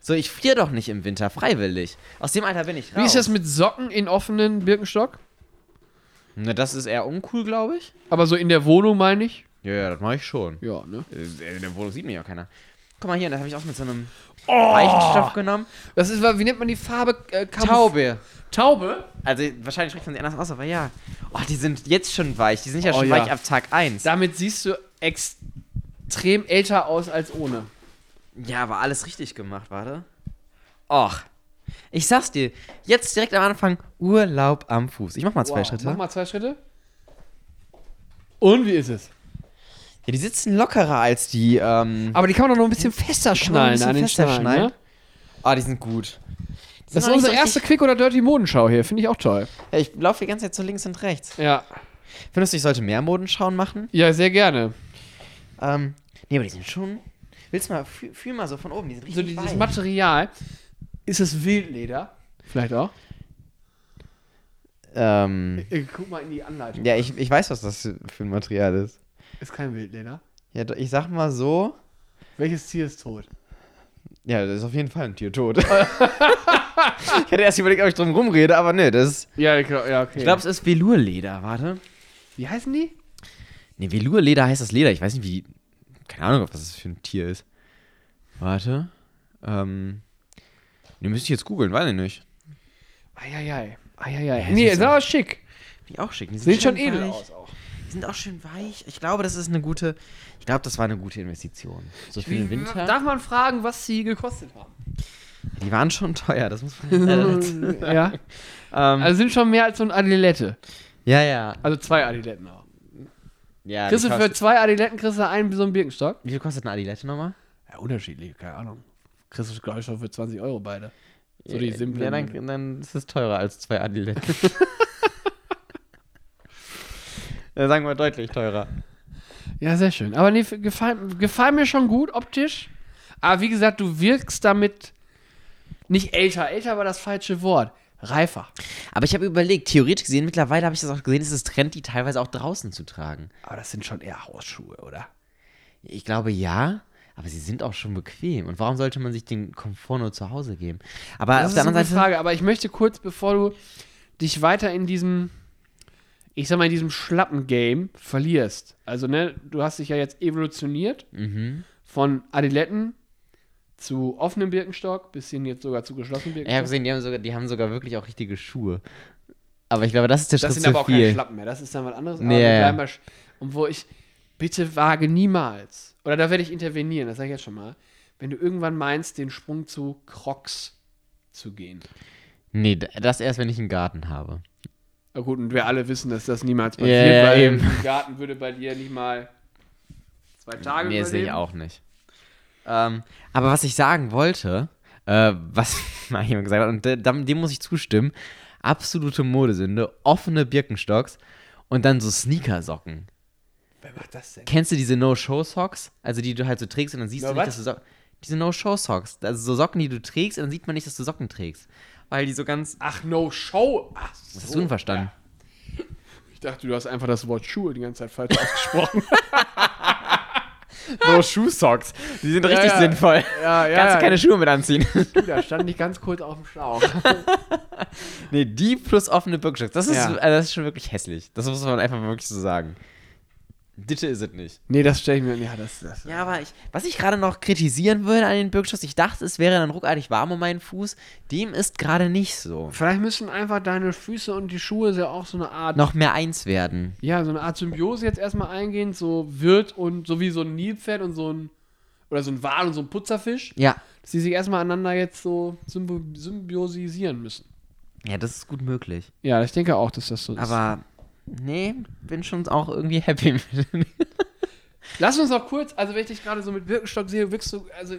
Speaker 2: So, ich friere doch nicht im Winter, freiwillig. Aus dem Alter bin ich raus.
Speaker 1: Wie ist das mit Socken in offenen Birkenstock?
Speaker 2: Na, Ne, das ist eher uncool, glaube ich.
Speaker 1: Aber so in der Wohnung meine ich.
Speaker 2: Ja, ja, das mache ich schon.
Speaker 1: Ja, ne?
Speaker 2: Äh, In der Wohnung sieht mich ja keiner. Guck mal hier, das habe ich auch mit so einem
Speaker 1: Oh!
Speaker 2: weichen Stoff genommen.
Speaker 1: Das ist, wie nennt man die Farbe? Äh, Kamu-
Speaker 2: Taube.
Speaker 1: Taube?
Speaker 2: Also wahrscheinlich spricht man sie anders aus, aber ja. Oh, die sind jetzt schon weich. Die sind ja
Speaker 1: Oh,
Speaker 2: schon
Speaker 1: ja.
Speaker 2: weich ab Tag 1.
Speaker 1: Damit siehst du extrem älter aus als ohne.
Speaker 2: Ja, aber alles richtig gemacht, warte. Och. Ich sag's dir, jetzt direkt am Anfang Urlaub am Fuß. Ich mach mal zwei
Speaker 1: Wow.
Speaker 2: Schritte.
Speaker 1: Mach mal zwei Schritte. Und wie ist es?
Speaker 2: Ja, die sitzen lockerer als die. Ähm,
Speaker 1: Aber die kann man doch noch ein bisschen fester
Speaker 2: man ein
Speaker 1: schnallen
Speaker 2: bisschen
Speaker 1: an den
Speaker 2: fester
Speaker 1: Schnallen,
Speaker 2: schnallen.
Speaker 1: ne?
Speaker 2: ah, die sind gut. Die
Speaker 1: Das
Speaker 2: sind
Speaker 1: ist
Speaker 2: noch nicht
Speaker 1: unsere
Speaker 2: so
Speaker 1: erste Quick- oder Dirty-Modenschau hier. Finde ich auch toll.
Speaker 2: richtig- Ja, ich laufe die ganze Zeit so links und rechts.
Speaker 1: Ja.
Speaker 2: Findest du, ich sollte mehr Modenschauen machen?
Speaker 1: Ja, sehr gerne.
Speaker 2: Ähm, nee, aber die sind schon. Willst du mal, fühl, fühl mal so von oben, die sind
Speaker 1: So
Speaker 2: richtig
Speaker 1: dieses
Speaker 2: weich.
Speaker 1: Material. Ist es Wildleder? Vielleicht auch.
Speaker 2: Ähm,
Speaker 1: Äh, Guck mal in die Anleitung.
Speaker 2: ja, ich, ich weiß, was das für ein Material ist.
Speaker 1: Ist kein Wildleder.
Speaker 2: Ja, do- ich sag mal so.
Speaker 1: Welches Tier ist tot?
Speaker 2: Ja, das ist auf jeden Fall ein Tier tot. ich hätte erst überlegt, ob ich drum rumrede, aber nee, das ist.
Speaker 1: Ja, ich glaub, ja okay.
Speaker 2: Ich glaube, es ist Velurleder, warte.
Speaker 1: Wie heißen die?
Speaker 2: Nee, Velurleder heißt das Leder. Ich weiß nicht, wie. Keine Ahnung, ob das für ein Tier ist. Warte. Ähm. Ne, müsste ich jetzt googeln, weiß ich nicht.
Speaker 1: Eieiei. Eieiei.
Speaker 2: Ja,
Speaker 1: nee,
Speaker 2: siehst
Speaker 1: ist
Speaker 2: du.
Speaker 1: aber schick.
Speaker 2: Finde ich auch schick. Die
Speaker 1: Sehen schon
Speaker 2: schön
Speaker 1: edel
Speaker 2: weich.
Speaker 1: aus auch.
Speaker 2: Die sind auch schön weich. Ich glaube, das ist eine gute. Ich glaube, das war eine gute Investition. So für den Winter.
Speaker 1: Darf man fragen, was sie gekostet haben?
Speaker 2: Die waren schon teuer, das muss man leider dazu-
Speaker 1: ja.
Speaker 2: ähm,
Speaker 1: Also sind schon mehr als so ein Adilette.
Speaker 2: Ja, ja.
Speaker 1: Also zwei Adiletten auch.
Speaker 2: ja
Speaker 1: Kriegst
Speaker 2: die
Speaker 1: du für
Speaker 2: kostet,
Speaker 1: zwei Adiletten kriegst du einen so einen Birkenstock?
Speaker 2: wie viel kostet eine Adilette nochmal?
Speaker 1: Ja, unterschiedlich, keine Ahnung. Kriegst du, glaube ich, schon für 20 Euro beide. So die
Speaker 2: Äh,
Speaker 1: simplen.
Speaker 2: Ja, dann, dann ist es teurer als zwei Adiletten. Ja, sagen wir deutlich teurer.
Speaker 1: Ja, sehr schön. Aber nee, gefallen, gefallen mir schon gut optisch. Aber wie gesagt, du wirkst damit nicht älter. Älter war das falsche Wort. Reifer.
Speaker 2: Aber ich habe überlegt, theoretisch gesehen, mittlerweile habe ich das auch gesehen, ist es Trend, die teilweise auch draußen zu tragen.
Speaker 1: Aber das sind schon eher Hausschuhe, oder?
Speaker 2: Ich glaube ja, aber sie sind auch schon bequem. Und warum sollte man sich den Komfort nur zu Hause geben? Aber
Speaker 1: Das
Speaker 2: auf
Speaker 1: ist
Speaker 2: der
Speaker 1: eine
Speaker 2: anderen
Speaker 1: gute
Speaker 2: Seite.
Speaker 1: Frage. Aber ich möchte kurz, bevor du dich weiter in diesem, ich sag mal, in diesem schlappen Game verlierst. Also, ne, du hast dich ja jetzt evolutioniert
Speaker 2: Mhm.
Speaker 1: von Adiletten zu offenem Birkenstock bis hin jetzt sogar zu geschlossenem
Speaker 2: Ich habe
Speaker 1: Birkenstock.
Speaker 2: gesehen, die haben, sogar, die haben sogar wirklich auch richtige Schuhe. Aber ich glaube, das ist der
Speaker 1: Das
Speaker 2: Schritt
Speaker 1: sind aber
Speaker 2: zu
Speaker 1: auch keine
Speaker 2: viel.
Speaker 1: Schlappen mehr. Das ist dann was anderes.
Speaker 2: Nee,
Speaker 1: wir
Speaker 2: ja,
Speaker 1: bleiben
Speaker 2: ja.
Speaker 1: bei Sch- und wo ich bitte wage niemals, oder da werde ich intervenieren, das sage ich jetzt schon mal, wenn du irgendwann meinst, den Sprung zu Crocs zu gehen.
Speaker 2: nee, das erst, wenn ich einen Garten habe.
Speaker 1: Na gut, und wir alle wissen, dass das niemals
Speaker 2: Ja,
Speaker 1: passiert,
Speaker 2: ja,
Speaker 1: weil
Speaker 2: eben.
Speaker 1: im Garten würde bei dir nicht mal zwei Tage
Speaker 2: Nee, sehe ich
Speaker 1: überleben.
Speaker 2: auch nicht. Ähm, aber was ich sagen wollte, äh, was mal jemand gesagt hat, und de- dem, dem muss ich zustimmen, absolute Modesünde, offene Birkenstocks und dann so Sneakersocken.
Speaker 1: Wer macht das denn?
Speaker 2: Kennst du diese No-Show-Socks? Also die du halt so trägst und dann siehst
Speaker 1: Na,
Speaker 2: du
Speaker 1: was?
Speaker 2: nicht, dass du Socken... Diese No-Show-Socks, also so Socken, die du trägst und dann sieht man nicht, dass du Socken trägst. Weil die so ganz...
Speaker 1: Ach, no show. Ach, so.
Speaker 2: Das hast du unverstanden.
Speaker 1: Ich dachte, du hast einfach das Wort Schuhe die ganze Zeit falsch ausgesprochen. no shoe socks.
Speaker 2: Die sind
Speaker 1: Ja,
Speaker 2: richtig
Speaker 1: ja.
Speaker 2: sinnvoll.
Speaker 1: Ja, ja.
Speaker 2: Kannst du keine Schuhe mit anziehen.
Speaker 1: Da stand ich ganz kurz auf dem Schlauch.
Speaker 2: Nee, die plus offene Birkenstocks. Das ist,
Speaker 1: Ja.
Speaker 2: also das ist schon wirklich hässlich. Das muss man einfach wirklich so sagen. Ditte ist es nicht.
Speaker 1: Nee, das stelle ich mir. Ja, das, das.
Speaker 2: Ja, aber ich, was ich gerade noch kritisieren würde an den Birkenstocks, ich dachte, es wäre dann ruckartig warm um meinen Fuß. Dem ist gerade nicht so.
Speaker 1: Vielleicht müssen einfach deine Füße und die Schuhe ja auch so eine Art.
Speaker 2: Noch mehr eins werden.
Speaker 1: Ja, so eine Art Symbiose jetzt erstmal eingehen. So Wirt und so wie so ein Nilpferd und so ein. Oder so ein Wal und so ein Putzerfisch.
Speaker 2: Ja.
Speaker 1: Dass die sich erstmal aneinander jetzt so symbo- symbiosisieren müssen.
Speaker 2: Ja, das ist gut möglich.
Speaker 1: Ja, ich denke auch, dass das so ist.
Speaker 2: Aber nee, bin schon auch irgendwie happy mit.
Speaker 1: Lass uns noch kurz, also wenn ich dich gerade so mit Birkenstock sehe, wirkst du. Also,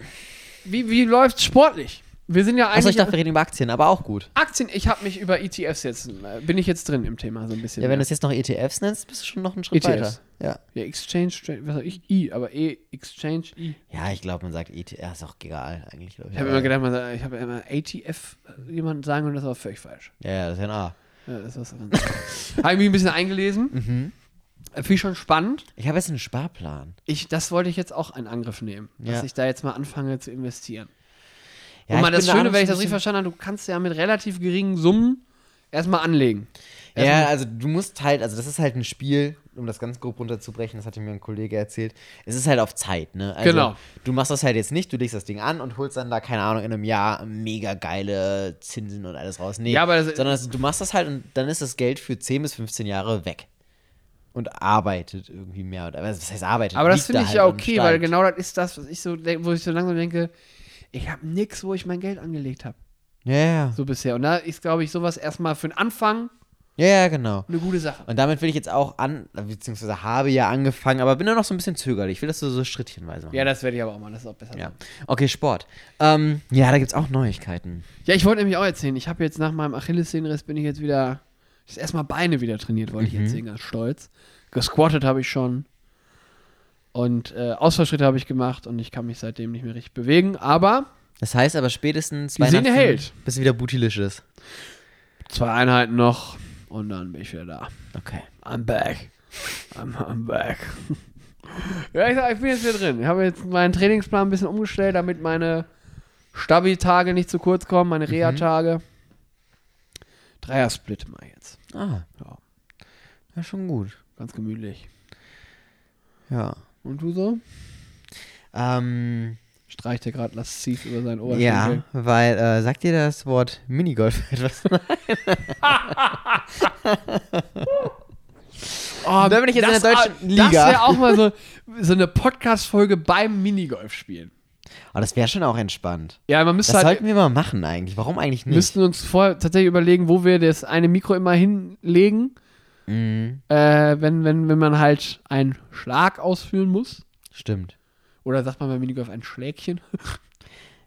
Speaker 1: wie, wie läuft's sportlich? Wir sind ja
Speaker 2: Achso, ich
Speaker 1: eigentlich.
Speaker 2: dachte, wir reden über Aktien, aber auch gut.
Speaker 1: Aktien, ich habe mich über ETFs jetzt. äh, Bin ich jetzt drin im Thema so ein bisschen.
Speaker 2: Ja, wenn
Speaker 1: mehr.
Speaker 2: du es jetzt noch ETFs nennst, bist du schon noch einen Schritt
Speaker 1: ETFs.
Speaker 2: weiter.
Speaker 1: Ja, Exchange, Tra- was sag ich? I, aber E, Exchange, I.
Speaker 2: Ja. Ja, ich glaube, man sagt ETF, ist auch egal eigentlich. glaub
Speaker 1: Ich habe immer gedacht, man sagt, ich habe immer ATF jemanden äh, sagen und das war völlig falsch.
Speaker 2: Ja, ja, das ist ja ein A.
Speaker 1: Ja, das war's. habe ich mich ein bisschen eingelesen. Mhm. Finde ich schon spannend.
Speaker 2: Ich habe jetzt einen Sparplan.
Speaker 1: Ich, das wollte ich jetzt auch einen Angriff nehmen, dass
Speaker 2: Ja.
Speaker 1: ich da jetzt mal anfange zu investieren.
Speaker 2: Ja,
Speaker 1: und mal
Speaker 2: ich
Speaker 1: das
Speaker 2: bin da
Speaker 1: Schöne,
Speaker 2: abends
Speaker 1: wenn ich
Speaker 2: ein
Speaker 1: das richtig
Speaker 2: bisschen-
Speaker 1: verstanden habe, du kannst ja mit relativ geringen Summen erstmal anlegen.
Speaker 2: Ja, also du musst halt, also das ist halt ein Spiel, um das ganz grob runterzubrechen, das hatte mir ein Kollege erzählt. Es ist halt auf Zeit, ne? Also,
Speaker 1: Genau.
Speaker 2: Du machst das halt jetzt nicht, du legst das Ding an und holst dann da, keine Ahnung, in einem Jahr mega geile Zinsen und alles raus. Nee,
Speaker 1: Ja, aber das-
Speaker 2: sondern das, du machst das halt und dann ist das Geld für 10 bis 15 Jahre weg. Und arbeitet irgendwie mehr. oder- Aber das heißt arbeitet.
Speaker 1: Aber das
Speaker 2: liegt
Speaker 1: finde
Speaker 2: da
Speaker 1: ich
Speaker 2: halt
Speaker 1: ja
Speaker 2: und
Speaker 1: okay, weil
Speaker 2: steigt.
Speaker 1: genau das ist das, was ich so, denk- wo ich so langsam denke, ich habe nichts, wo ich mein Geld angelegt habe.
Speaker 2: Ja, ja,
Speaker 1: So bisher. Und da ist, glaube ich, sowas erstmal für den Anfang
Speaker 2: ja, ja, genau.
Speaker 1: eine gute Sache.
Speaker 2: Und damit will ich jetzt auch an, beziehungsweise habe ja angefangen, aber bin da noch so ein bisschen zögerlich. Ich will das so, so schrittchenweise machen.
Speaker 1: Ja, das werde ich aber auch mal, das ist auch besser.
Speaker 2: Ja. Okay, Sport. Ähm, ja, da gibt es auch Neuigkeiten.
Speaker 1: Ja, ich wollte nämlich auch erzählen, ich habe jetzt nach meinem Achillessehnenriss bin ich jetzt wieder, ich hab erstmal Beine wieder trainiert, wollte ich erzählen, ganz stolz. Gesquattet habe ich schon und äh, Ausfallschritte habe ich gemacht und ich kann mich seitdem nicht mehr richtig bewegen, aber
Speaker 2: Das heißt aber spätestens
Speaker 1: Die Sehne
Speaker 2: Weihnachten
Speaker 1: hält.
Speaker 2: Bist du wieder Bootylicious.
Speaker 1: zwei Einheiten noch und dann bin ich wieder da.
Speaker 2: Okay.
Speaker 1: I'm back. I'm, I'm back. ja, ich, sag, ich bin jetzt wieder drin. Ich habe jetzt meinen Trainingsplan ein bisschen umgestellt, damit meine Stabi-Tage nicht zu kurz kommen, meine Reha-Tage. Dreier-Split mal jetzt.
Speaker 2: Ah,
Speaker 1: Ja,
Speaker 2: ja, schon gut.
Speaker 1: ganz gemütlich.
Speaker 2: Ja.
Speaker 1: Und du so?
Speaker 2: Ähm,
Speaker 1: Streicht er gerade lasziv über sein
Speaker 2: Oh,
Speaker 1: Ohr.
Speaker 2: ja, weil, äh, sagt dir das Wort Minigolf etwas?
Speaker 1: Oh,
Speaker 2: Da bin ich jetzt in der deutschen
Speaker 1: Das
Speaker 2: Liga.
Speaker 1: wäre auch mal so, so eine Podcast-Folge beim Minigolf spielen.
Speaker 2: Aber Oh, das wäre schon auch entspannt.
Speaker 1: Ja, man müsste
Speaker 2: Das
Speaker 1: halt
Speaker 2: sollten wir mal machen eigentlich. Warum eigentlich nicht?
Speaker 1: müssten uns vorher tatsächlich überlegen, wo wir das eine Mikro immer hinlegen,
Speaker 2: Mhm,
Speaker 1: äh, wenn, wenn, wenn man halt einen Schlag ausführen muss.
Speaker 2: stimmt.
Speaker 1: Oder sagt man beim Minigolf ein Schlägchen?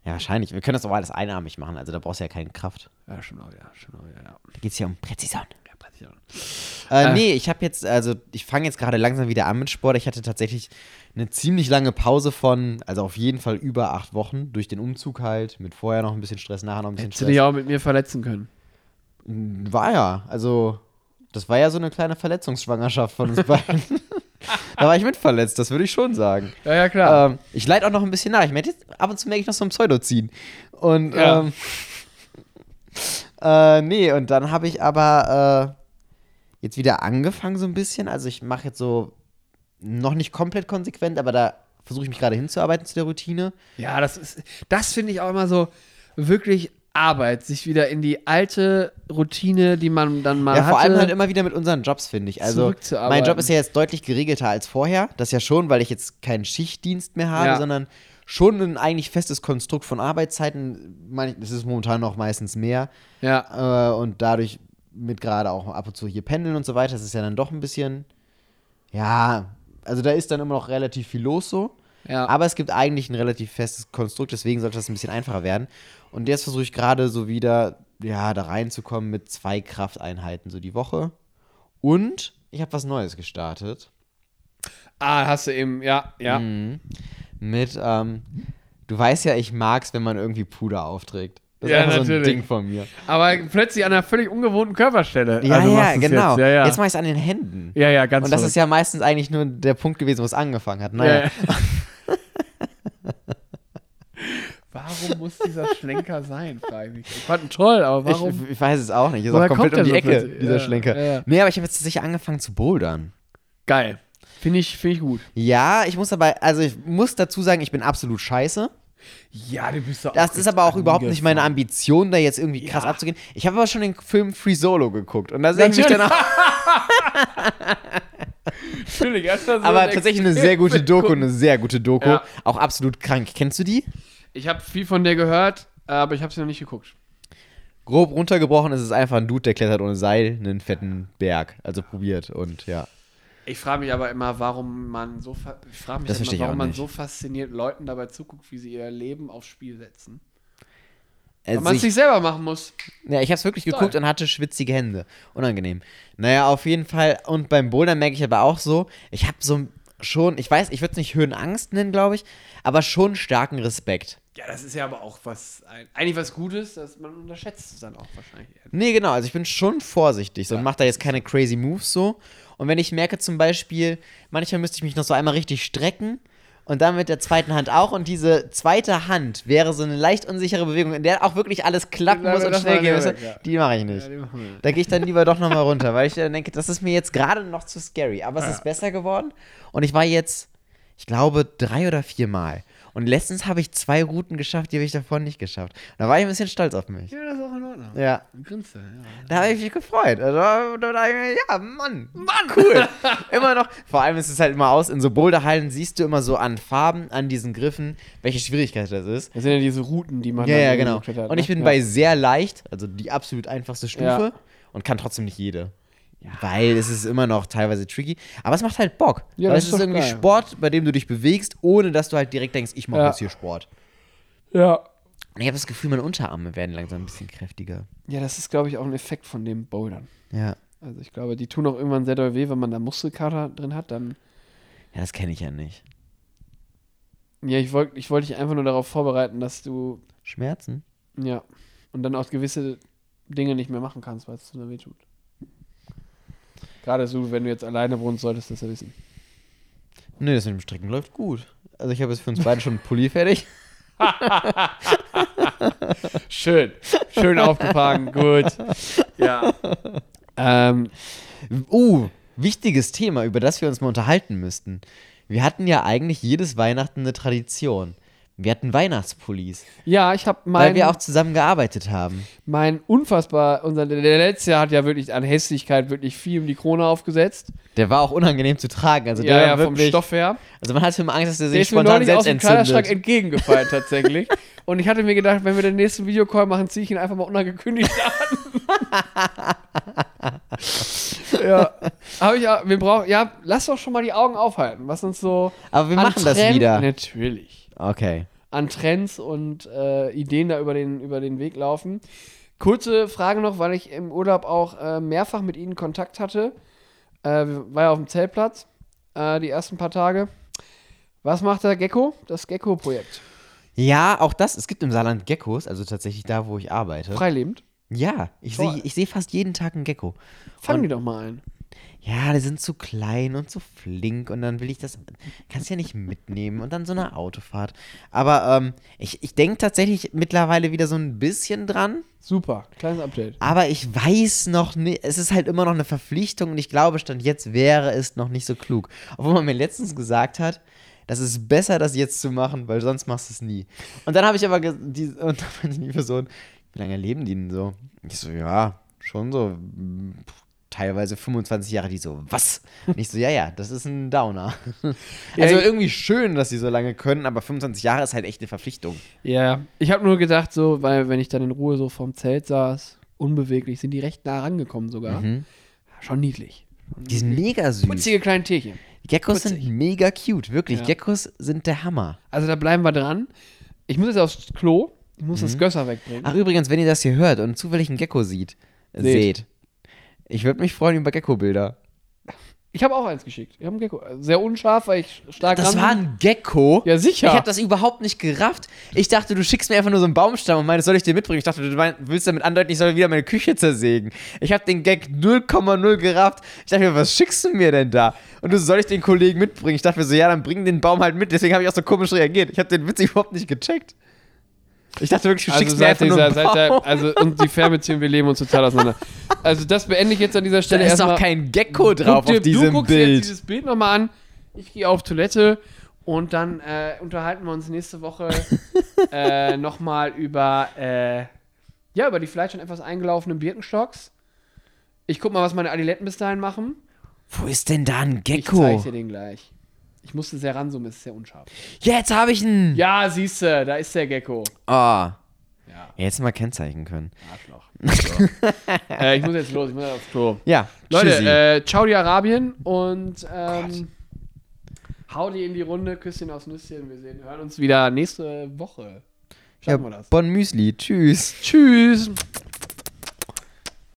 Speaker 2: Ja, wahrscheinlich. Wir können das auch alles einarmig machen, also da brauchst du ja keine Kraft.
Speaker 1: Ja, schon auch, ja, schon auch, ja, ja.
Speaker 2: Da geht es ja um Präzision.
Speaker 1: ja Präzision.
Speaker 2: Äh,
Speaker 1: Äh.
Speaker 2: nee, ich habe jetzt, also ich fange jetzt gerade langsam wieder an mit Sport. Ich hatte tatsächlich eine ziemlich lange Pause von, also auf jeden Fall über acht Wochen, durch den Umzug halt, mit vorher noch ein bisschen Stress, nachher noch ein bisschen
Speaker 1: Hättest du dich
Speaker 2: Stress.
Speaker 1: auch mit mir verletzen können.
Speaker 2: War ja, also das war ja so eine kleine Verletzungsschwangerschaft von uns beiden. da war ich mitverletzt, das würde ich schon sagen.
Speaker 1: Ja, ja, klar.
Speaker 2: Ähm, ich leide auch noch ein bisschen nach. Ich merke jetzt, ab und zu merke ich noch so ein Pseudoziehen. Und
Speaker 1: Ja.
Speaker 2: ähm, äh, nee, und dann habe ich aber äh, jetzt wieder angefangen so ein bisschen. Also ich mache jetzt so noch nicht komplett konsequent, aber da versuche ich mich gerade hinzuarbeiten zu der Routine.
Speaker 1: Ja, das ist, das finde ich auch immer so wirklich Arbeit, sich wieder in die alte Routine, die man dann mal
Speaker 2: ja,
Speaker 1: hatte.
Speaker 2: vor allem halt immer wieder mit unseren Jobs, finde ich. Also
Speaker 1: Zurückzuarbeiten.
Speaker 2: mein Job ist ja jetzt deutlich geregelter als vorher. Das ja schon, weil ich jetzt keinen Schichtdienst mehr habe,
Speaker 1: Ja.
Speaker 2: sondern schon ein eigentlich festes Konstrukt von Arbeitszeiten. Mein- Es ist momentan noch meistens mehr.
Speaker 1: ja,
Speaker 2: Äh, und dadurch mit gerade auch ab und zu hier pendeln und so weiter, das ist ja dann doch ein bisschen, ja, also da ist dann immer noch relativ viel los so.
Speaker 1: ja.
Speaker 2: Aber es gibt eigentlich ein relativ festes Konstrukt, deswegen sollte das ein bisschen einfacher werden. Und jetzt versuche ich gerade so wieder, ja, da reinzukommen mit zwei Krafteinheiten so die Woche. Und ich habe was Neues gestartet.
Speaker 1: ah, hast du eben, ja, ja.
Speaker 2: Mhm. Mit, ähm, du weißt ja, ich mag's, wenn man irgendwie Puder aufträgt. Das ist
Speaker 1: Ja,
Speaker 2: einfach
Speaker 1: natürlich.
Speaker 2: so ein Ding von mir.
Speaker 1: Aber plötzlich an einer völlig ungewohnten Körperstelle.
Speaker 2: Ja,
Speaker 1: Also
Speaker 2: ja,
Speaker 1: machst du's
Speaker 2: genau.
Speaker 1: Jetzt. Ja, ja.
Speaker 2: jetzt mache ich es an den Händen.
Speaker 1: ja, ja, ganz
Speaker 2: Und das
Speaker 1: zurück.
Speaker 2: ist ja meistens eigentlich nur der Punkt gewesen, wo es angefangen hat. Naja.
Speaker 1: Ja, ja. warum muss dieser Schlenker sein, frage ich mich. Ich fand ihn toll, aber warum?
Speaker 2: Ich, ich weiß es auch nicht. Ist
Speaker 1: Woher
Speaker 2: auch komplett um
Speaker 1: kommt
Speaker 2: die
Speaker 1: der so
Speaker 2: Ecke,
Speaker 1: plötzlich?
Speaker 2: dieser
Speaker 1: Ja,
Speaker 2: Schlenker.
Speaker 1: ja, ja.
Speaker 2: Nee, aber ich habe jetzt tatsächlich angefangen zu bouldern.
Speaker 1: Geil. Finde ich, find ich gut.
Speaker 2: Ja, ich muss aber, also ich muss dazu sagen, ich bin absolut scheiße.
Speaker 1: Ja, du bist doch
Speaker 2: Das ist aber auch überhaupt nicht meine
Speaker 1: angefangen.
Speaker 2: Ambition, da jetzt irgendwie krass
Speaker 1: Ja.
Speaker 2: abzugehen. Ich habe aber schon den Film Free Solo geguckt und da sehe ich mich dann
Speaker 1: Natürlich.
Speaker 2: auch.
Speaker 1: Natürlich, erst mal so
Speaker 2: Aber
Speaker 1: ein
Speaker 2: tatsächlich eine sehr gute Doku, ne? eine sehr gute Doku.
Speaker 1: Ja.
Speaker 2: Auch absolut krank. Kennst du die?
Speaker 1: Ich habe viel von der gehört, aber ich habe sie noch nicht geguckt.
Speaker 2: Grob runtergebrochen ist es einfach ein Dude, der klettert ohne Seil einen fetten Berg. Also probiert und ja.
Speaker 1: Ich frage mich aber immer, warum man so fa- ich frage mich
Speaker 2: Das verstehe
Speaker 1: immer,
Speaker 2: ich auch
Speaker 1: warum man
Speaker 2: nicht.
Speaker 1: so fasziniert Leuten dabei zuguckt, wie sie ihr Leben aufs Spiel setzen. Weil
Speaker 2: Also
Speaker 1: man es
Speaker 2: ich,
Speaker 1: nicht selber machen muss.
Speaker 2: ja, ich habe es wirklich geguckt
Speaker 1: Toll.
Speaker 2: und hatte schwitzige Hände. Unangenehm. Naja, auf jeden Fall. Und beim Bouldern merke ich aber auch so, ich habe so schon, ich weiß, ich würde es nicht Höhenangst nennen, glaube ich, aber schon starken Respekt.
Speaker 1: Ja, das ist ja aber auch was ein- eigentlich was Gutes, dass man unterschätzt es dann auch wahrscheinlich.
Speaker 2: Nee, genau. Also ich bin schon vorsichtig so, und
Speaker 1: Ja.
Speaker 2: mache da jetzt keine crazy Moves so. Und wenn ich merke zum Beispiel, manchmal müsste ich mich noch so einmal richtig strecken und dann mit der zweiten Hand auch. Und diese zweite Hand wäre so eine leicht unsichere Bewegung, in der auch wirklich alles klappen
Speaker 1: Ja,
Speaker 2: muss und
Speaker 1: Genau, das
Speaker 2: schnell
Speaker 1: war
Speaker 2: gehen
Speaker 1: mir
Speaker 2: muss.
Speaker 1: weg, ja.
Speaker 2: Die mache ich nicht.
Speaker 1: die machen wir.
Speaker 2: Da gehe ich dann lieber doch nochmal runter, weil ich dann denke, das ist mir jetzt gerade noch zu scary. Aber es ist besser geworden. Und ich war jetzt, ich glaube, drei oder vier Mal. Und letztens habe ich zwei Routen geschafft, die habe ich davon nicht geschafft. Und da war ich ein bisschen stolz auf mich.
Speaker 1: Ja, das ist auch in Ordnung.
Speaker 2: Ja.
Speaker 1: Ein Grinse, ja.
Speaker 2: Da habe ich mich gefreut. Also, da dachte ich mir, ja, Mann. Mann, cool. immer noch. Vor allem ist es halt immer aus, in so Boulderhallen siehst du immer so an Farben, an diesen Griffen, welche Schwierigkeit das ist.
Speaker 1: Das sind ja diese Routen, die man
Speaker 2: Ja,
Speaker 1: dann
Speaker 2: ja,
Speaker 1: irgendwie
Speaker 2: genau.
Speaker 1: geklettert hat,
Speaker 2: Und ich
Speaker 1: ne?
Speaker 2: bin
Speaker 1: ja.
Speaker 2: bei sehr leicht, also die absolut einfachste Stufe
Speaker 1: Ja.
Speaker 2: und kann trotzdem nicht jede. Weil es ist immer noch teilweise tricky. Aber es macht halt Bock.
Speaker 1: Ja,
Speaker 2: weil
Speaker 1: das
Speaker 2: es
Speaker 1: ist
Speaker 2: ist
Speaker 1: doch
Speaker 2: irgendwie
Speaker 1: geil.
Speaker 2: Sport, bei dem du dich bewegst, ohne dass du halt direkt denkst, ich mache
Speaker 1: Ja.
Speaker 2: jetzt hier Sport.
Speaker 1: Ja.
Speaker 2: Und ich habe das Gefühl, meine Unterarme werden langsam ein bisschen kräftiger.
Speaker 1: Ja, das ist glaube ich auch ein Effekt von dem Bouldern.
Speaker 2: Ja.
Speaker 1: Also ich glaube, die tun auch irgendwann sehr doll weh, wenn man da Muskelkater drin hat, dann
Speaker 2: Ja, das kenne ich ja nicht.
Speaker 1: ja, ich wollte ich wollte dich einfach nur darauf vorbereiten, dass du
Speaker 2: Schmerzen?
Speaker 1: ja und dann auch gewisse Dinge nicht mehr machen kannst, weil es dir weh tut. Gerade so, wenn du jetzt alleine wohnst, solltest du das ja wissen.
Speaker 2: Nee, das mit dem Stricken läuft gut. Also ich habe jetzt für uns beide schon einen Pulli fertig.
Speaker 1: Schön, schön aufgefangen, gut. Ja. Ähm,
Speaker 2: Uh, wichtiges Thema, über das wir uns mal unterhalten müssten. Wir hatten ja eigentlich jedes Weihnachten eine Tradition. Wir hatten Weihnachtspullis,
Speaker 1: ja, ich habe
Speaker 2: weil
Speaker 1: mein,
Speaker 2: wir auch zusammen gearbeitet haben.
Speaker 1: mein unfassbar, unser, der letzte Jahr hat ja wirklich an Hässlichkeit wirklich viel um die Krone aufgesetzt.
Speaker 2: Der war auch unangenehm zu tragen. Also der
Speaker 1: ja, ja,
Speaker 2: war
Speaker 1: vom
Speaker 2: wirklich,
Speaker 1: Stoff her.
Speaker 2: Also man hatte immer Angst, dass er
Speaker 1: Der
Speaker 2: sich
Speaker 1: ist mir
Speaker 2: spontan
Speaker 1: neulich aus
Speaker 2: selbst
Speaker 1: dem Kleiderschrank
Speaker 2: entzündet.
Speaker 1: entgegengefallen tatsächlich. Und ich hatte mir gedacht, wenn wir den nächsten Videocall machen, ziehe ich ihn einfach mal unangekündigt an. ja, habe ich auch, wir brauchen, ja, lass doch schon mal die Augen aufhalten, was uns so
Speaker 2: Aber wir machen das
Speaker 1: antreibt.
Speaker 2: wieder.
Speaker 1: Natürlich.
Speaker 2: Okay.
Speaker 1: an Trends und äh, Ideen da über den, über den Weg laufen. Kurze Frage noch, weil ich im Urlaub auch äh, mehrfach mit ihnen Kontakt hatte. Äh, war ja auf dem Zeltplatz äh, die ersten paar Tage. Was macht der Gecko? Das Gecko-Projekt.
Speaker 2: Ja, auch das. Es gibt im Saarland Geckos, also tatsächlich da, wo ich arbeite.
Speaker 1: Freilebend.
Speaker 2: Ja, ich
Speaker 1: Toll.
Speaker 2: sehe ich seh fast jeden Tag einen Gecko.
Speaker 1: Fangen
Speaker 2: Und-
Speaker 1: die doch mal ein.
Speaker 2: Ja, die sind zu klein und zu flink und dann will ich das, kannst ja nicht mitnehmen und dann so eine Autofahrt. Aber ähm, ich, ich denke tatsächlich mittlerweile wieder so ein bisschen dran,
Speaker 1: Super. Kleines Update.
Speaker 2: aber ich weiß noch nicht, es ist halt immer noch eine Verpflichtung und ich glaube, Stand jetzt wäre es noch nicht so klug. Obwohl man mir letztens gesagt hat, das ist besser, das jetzt zu machen, weil sonst machst du es nie. Und dann habe ich aber, ge- die, und dann meinte die Person, wie lange leben die denn so? Ich so, ja, schon so mm, teilweise 25 Jahre. Die so, was? Und ich so, ja, ja, das ist ein Downer.
Speaker 1: Ja,
Speaker 2: also
Speaker 1: ich-
Speaker 2: irgendwie schön, dass die so lange können, aber 25 Jahre ist halt echt eine Verpflichtung.
Speaker 1: Ja, ich habe nur gedacht, so, weil wenn ich dann in Ruhe so vorm Zelt saß, unbeweglich, sind die recht nah rangekommen sogar. Schon niedlich.
Speaker 2: Die sind mega süß.
Speaker 1: Mhm. Putzige kleine Tierchen.
Speaker 2: Geckos sind mega cute, wirklich.
Speaker 1: Ja.
Speaker 2: Geckos sind der Hammer.
Speaker 1: Also da bleiben wir dran. Ich muss jetzt aufs Klo. Ich muss das Gösser wegbringen.
Speaker 2: Mhm. Ach, übrigens, wenn ihr das hier hört und zufällig einen Gecko sieht,
Speaker 1: Seht.
Speaker 2: seht. Ich würde mich freuen über Gecko-Bilder.
Speaker 1: Ich habe auch eins geschickt. Ich habe einen Gecko. Sehr unscharf, weil ich stark
Speaker 2: Das
Speaker 1: ran
Speaker 2: war ein Gecko?
Speaker 1: Ja, sicher.
Speaker 2: Ich habe das überhaupt nicht gerafft. Ich dachte, du schickst mir einfach nur so einen Baumstamm und meinst, soll ich dir mitbringen? Ich dachte, du mein, willst damit andeuten, ich soll wieder meine Küche zersägen. Ich habe den Gag 0,0 gerafft. Ich dachte mir, was schickst du mir denn da? Und du soll ich den Kollegen mitbringen? Ich dachte mir so, ja, dann bring den Baum halt mit. Deswegen habe ich auch so komisch reagiert. Ich habe den Witz überhaupt nicht gecheckt. Ich dachte wirklich, du
Speaker 1: Also
Speaker 2: schickst mir
Speaker 1: seit
Speaker 2: einfach nur
Speaker 1: dieser,
Speaker 2: einen
Speaker 1: seit
Speaker 2: Baum.
Speaker 1: der, also und die Fernbeziehung, wir leben uns total auseinander. Also das beende ich jetzt an dieser
Speaker 2: da
Speaker 1: Stelle
Speaker 2: ist doch
Speaker 1: erstmal.
Speaker 2: kein Gecko drauf
Speaker 1: du,
Speaker 2: auf
Speaker 1: du
Speaker 2: diesem
Speaker 1: guckst jetzt
Speaker 2: Bild.
Speaker 1: dieses Bild nochmal an. Ich gehe auf Toilette und dann äh, unterhalten wir uns nächste Woche äh, nochmal über äh, ja über die vielleicht schon etwas eingelaufenen Birkenstocks. Ich guck mal, was meine Adiletten bis dahin machen.
Speaker 2: Wo ist denn da ein
Speaker 1: Ich zeige
Speaker 2: Gecko?
Speaker 1: dir den gleich. Ich musste sehr ranzoomen, es ist sehr unscharf.
Speaker 2: Jetzt habe ich einen.
Speaker 1: Ja, siehst du, da ist der Gecko.
Speaker 2: Ah.
Speaker 1: Ja.
Speaker 2: Jetzt mal kennzeichnen können.
Speaker 1: Arschloch. äh, ich muss jetzt los, ich muss jetzt aufs Klo.
Speaker 2: Ja,
Speaker 1: Leute,
Speaker 2: tschüssi.
Speaker 1: äh, ciao die Arabien und ähm, hau die in die Runde, Küsschen aufs Nüsschen. Wir sehen, hören uns wieder nächste Woche.
Speaker 2: ja,
Speaker 1: Schaffen wir das.
Speaker 2: Bon Müsli, tschüss.
Speaker 1: Tschüss.